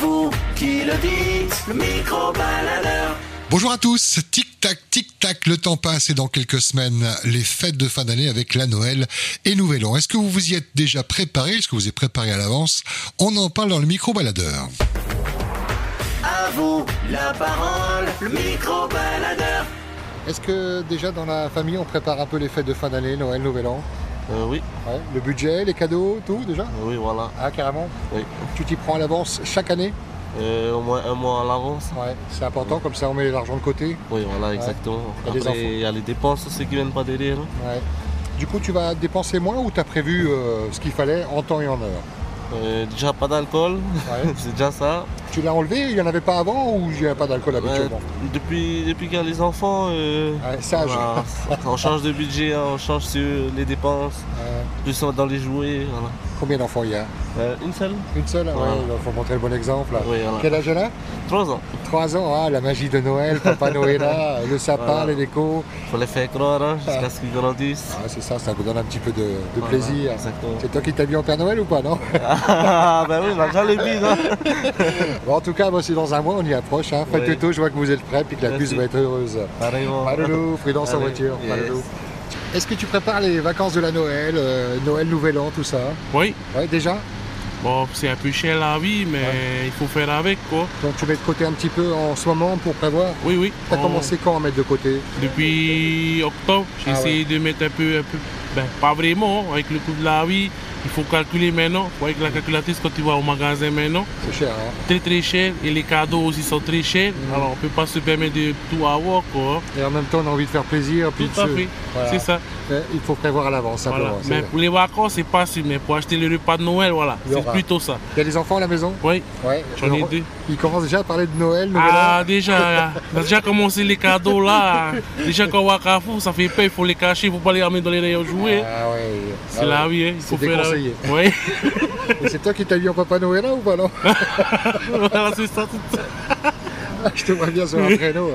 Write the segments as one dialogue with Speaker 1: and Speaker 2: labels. Speaker 1: vous qui le dites, le micro-baladeur.
Speaker 2: Bonjour à tous, tic-tac, tic-tac, le temps passe et dans quelques semaines, les fêtes de fin d'année avec la Noël et Nouvel An. Est-ce que vous vous y êtes déjà préparé Est-ce que vous êtes préparé à l'avance On en parle dans le micro-baladeur.
Speaker 1: À vous la parole, le micro-baladeur.
Speaker 2: Est-ce que déjà dans la famille, on prépare un peu les fêtes de fin d'année, Noël, Nouvel An
Speaker 3: Euh, oui,
Speaker 2: Ouais, Le budget, les cadeaux, tout déjà
Speaker 3: oui, voilà.
Speaker 2: Ah, carrément
Speaker 3: Oui.
Speaker 2: Tu t'y prends à l'avance chaque année
Speaker 3: Euh, au moins un mois à l'avance.
Speaker 2: Ouais, c'est important, comme ça on met l'argent de côté.
Speaker 3: Oui, voilà, exactement.
Speaker 2: Il y a des enfants.
Speaker 3: Après, il y a les dépenses aussi qui viennent pas derrière. hein.
Speaker 2: Ouais. Du coup, tu vas dépenser moins ou t'as prévu euh, ce qu'il fallait en temps et en heure
Speaker 3: Euh, déjà, pas d'alcool,
Speaker 2: Ouais.
Speaker 3: c'est déjà ça.
Speaker 2: Tu l'as enlevé, il n'y en avait pas avant ou il n'y avait pas d'alcool
Speaker 3: Ouais,
Speaker 2: habituellement
Speaker 3: depuis depuis qu'il y a les enfants, euh,
Speaker 2: Ouais, sage.
Speaker 3: voilà, on change de budget, hein, on change sur les dépenses,
Speaker 2: Ouais.
Speaker 3: plus on va dans les jouets. Voilà.
Speaker 2: Euh, Combien d'enfants il y a
Speaker 3: Euh, une seule
Speaker 2: Une seule Ah Il
Speaker 3: Voilà.
Speaker 2: faut montrer le bon exemple. là.
Speaker 3: Oui, voilà.
Speaker 2: Quel âge elle a
Speaker 3: Trois ans.
Speaker 2: 3 ans, ah, la magie de Noël, Papa Noël, là, le sapin,
Speaker 3: Voilà.
Speaker 2: les décos.
Speaker 3: Faut les faire croire hein, jusqu'à ce qu'ils grandissent.
Speaker 2: Ah, c'est ça, ça vous donne un petit peu de, de
Speaker 3: Voilà,
Speaker 2: plaisir.
Speaker 3: Exactement.
Speaker 2: C'est toi qui t'habilles en Père Noël ou pas, non
Speaker 3: Ah, ben oui, on a déjà le bide. hein.
Speaker 2: Bon, En tout cas, moi, c'est dans un mois, on y approche. Hein. Faites
Speaker 3: Oui.
Speaker 2: le tour, je vois que vous êtes prêts et que la
Speaker 3: Merci.
Speaker 2: puce va être heureuse.
Speaker 3: Pareillement.
Speaker 2: Maloulou, prudence en
Speaker 3: Allez,
Speaker 2: voiture.
Speaker 3: yes.
Speaker 2: Maloulou. Est-ce que tu prépares les vacances de la Noël, euh, Noël, Nouvel An, tout ça
Speaker 4: Oui,
Speaker 2: Ouais, déjà
Speaker 4: bon, c'est un peu cher la vie, mais il faut faire avec quoi.
Speaker 2: Donc tu mets de côté un petit peu en ce moment pour prévoir
Speaker 4: Oui, oui.
Speaker 2: T'as
Speaker 4: on-
Speaker 2: commencé quand à mettre de côté
Speaker 4: Depuis octobre, j'ai
Speaker 2: Ah
Speaker 4: essayé de mettre un peu, un peu. Ben, pas vraiment, hein, avec le coût de la vie, il faut calculer maintenant. Faut Avec la calculatrice, quand tu vas au magasin maintenant,
Speaker 2: C'est cher, hein
Speaker 4: très très cher, et les cadeaux aussi sont très chers.
Speaker 2: Mhm.
Speaker 4: Alors on peut pas se permettre de tout avoir quoi. hein.
Speaker 2: Et en même temps, on a envie de faire plaisir. Puis de
Speaker 4: Tout à
Speaker 2: se-
Speaker 4: fait,
Speaker 2: voilà.
Speaker 4: c'est ça.
Speaker 2: Mais Il faut prévoir à l'avance,
Speaker 4: voilà.
Speaker 2: simplement.
Speaker 4: Mais
Speaker 2: c'est-
Speaker 4: pour les vacances, c'est pas sûr, mais pour acheter le repas de Noël, voilà,
Speaker 2: Il y
Speaker 4: c'est
Speaker 2: aura.
Speaker 4: plutôt ça.
Speaker 2: Il y a des enfants à la maison
Speaker 4: Oui,
Speaker 2: Ouais.
Speaker 4: j'en ai
Speaker 2: Alors,
Speaker 4: deux.
Speaker 2: Ils commencent déjà à parler de Noël, Nouvel
Speaker 4: Ah, déjà, on a déjà commencé les cadeaux là. Déjà qu'on voit Carrefour, ça fait peur, il faut les cacher, il faut pas les ramener dans les rayons
Speaker 2: An
Speaker 4: jouer.
Speaker 2: Ah ouais.
Speaker 4: C'est
Speaker 2: Ah
Speaker 4: la
Speaker 2: ouais.
Speaker 4: vie, hein, il faut
Speaker 2: C'est
Speaker 4: faire la
Speaker 2: déconseillé.
Speaker 4: Oui,
Speaker 2: Et c'est toi qui t'habilles en Papa Noël là ou pas non
Speaker 4: voilà, c'est ça. tout ça.
Speaker 2: Je te vois bien sur un
Speaker 4: Oui.
Speaker 2: créneau.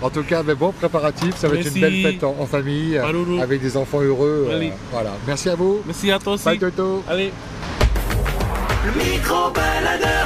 Speaker 2: En tout cas, mais bon préparatif, ça va être une
Speaker 4: Merci.
Speaker 2: belle fête en, en famille, euh,
Speaker 4: Maloulou.
Speaker 2: avec des enfants heureux. euh,
Speaker 4: Allez.
Speaker 2: voilà. Merci à vous.
Speaker 4: Merci à toi
Speaker 2: Bye
Speaker 4: aussi.
Speaker 2: Toto.
Speaker 4: Allez.
Speaker 1: Le micro-baladeur.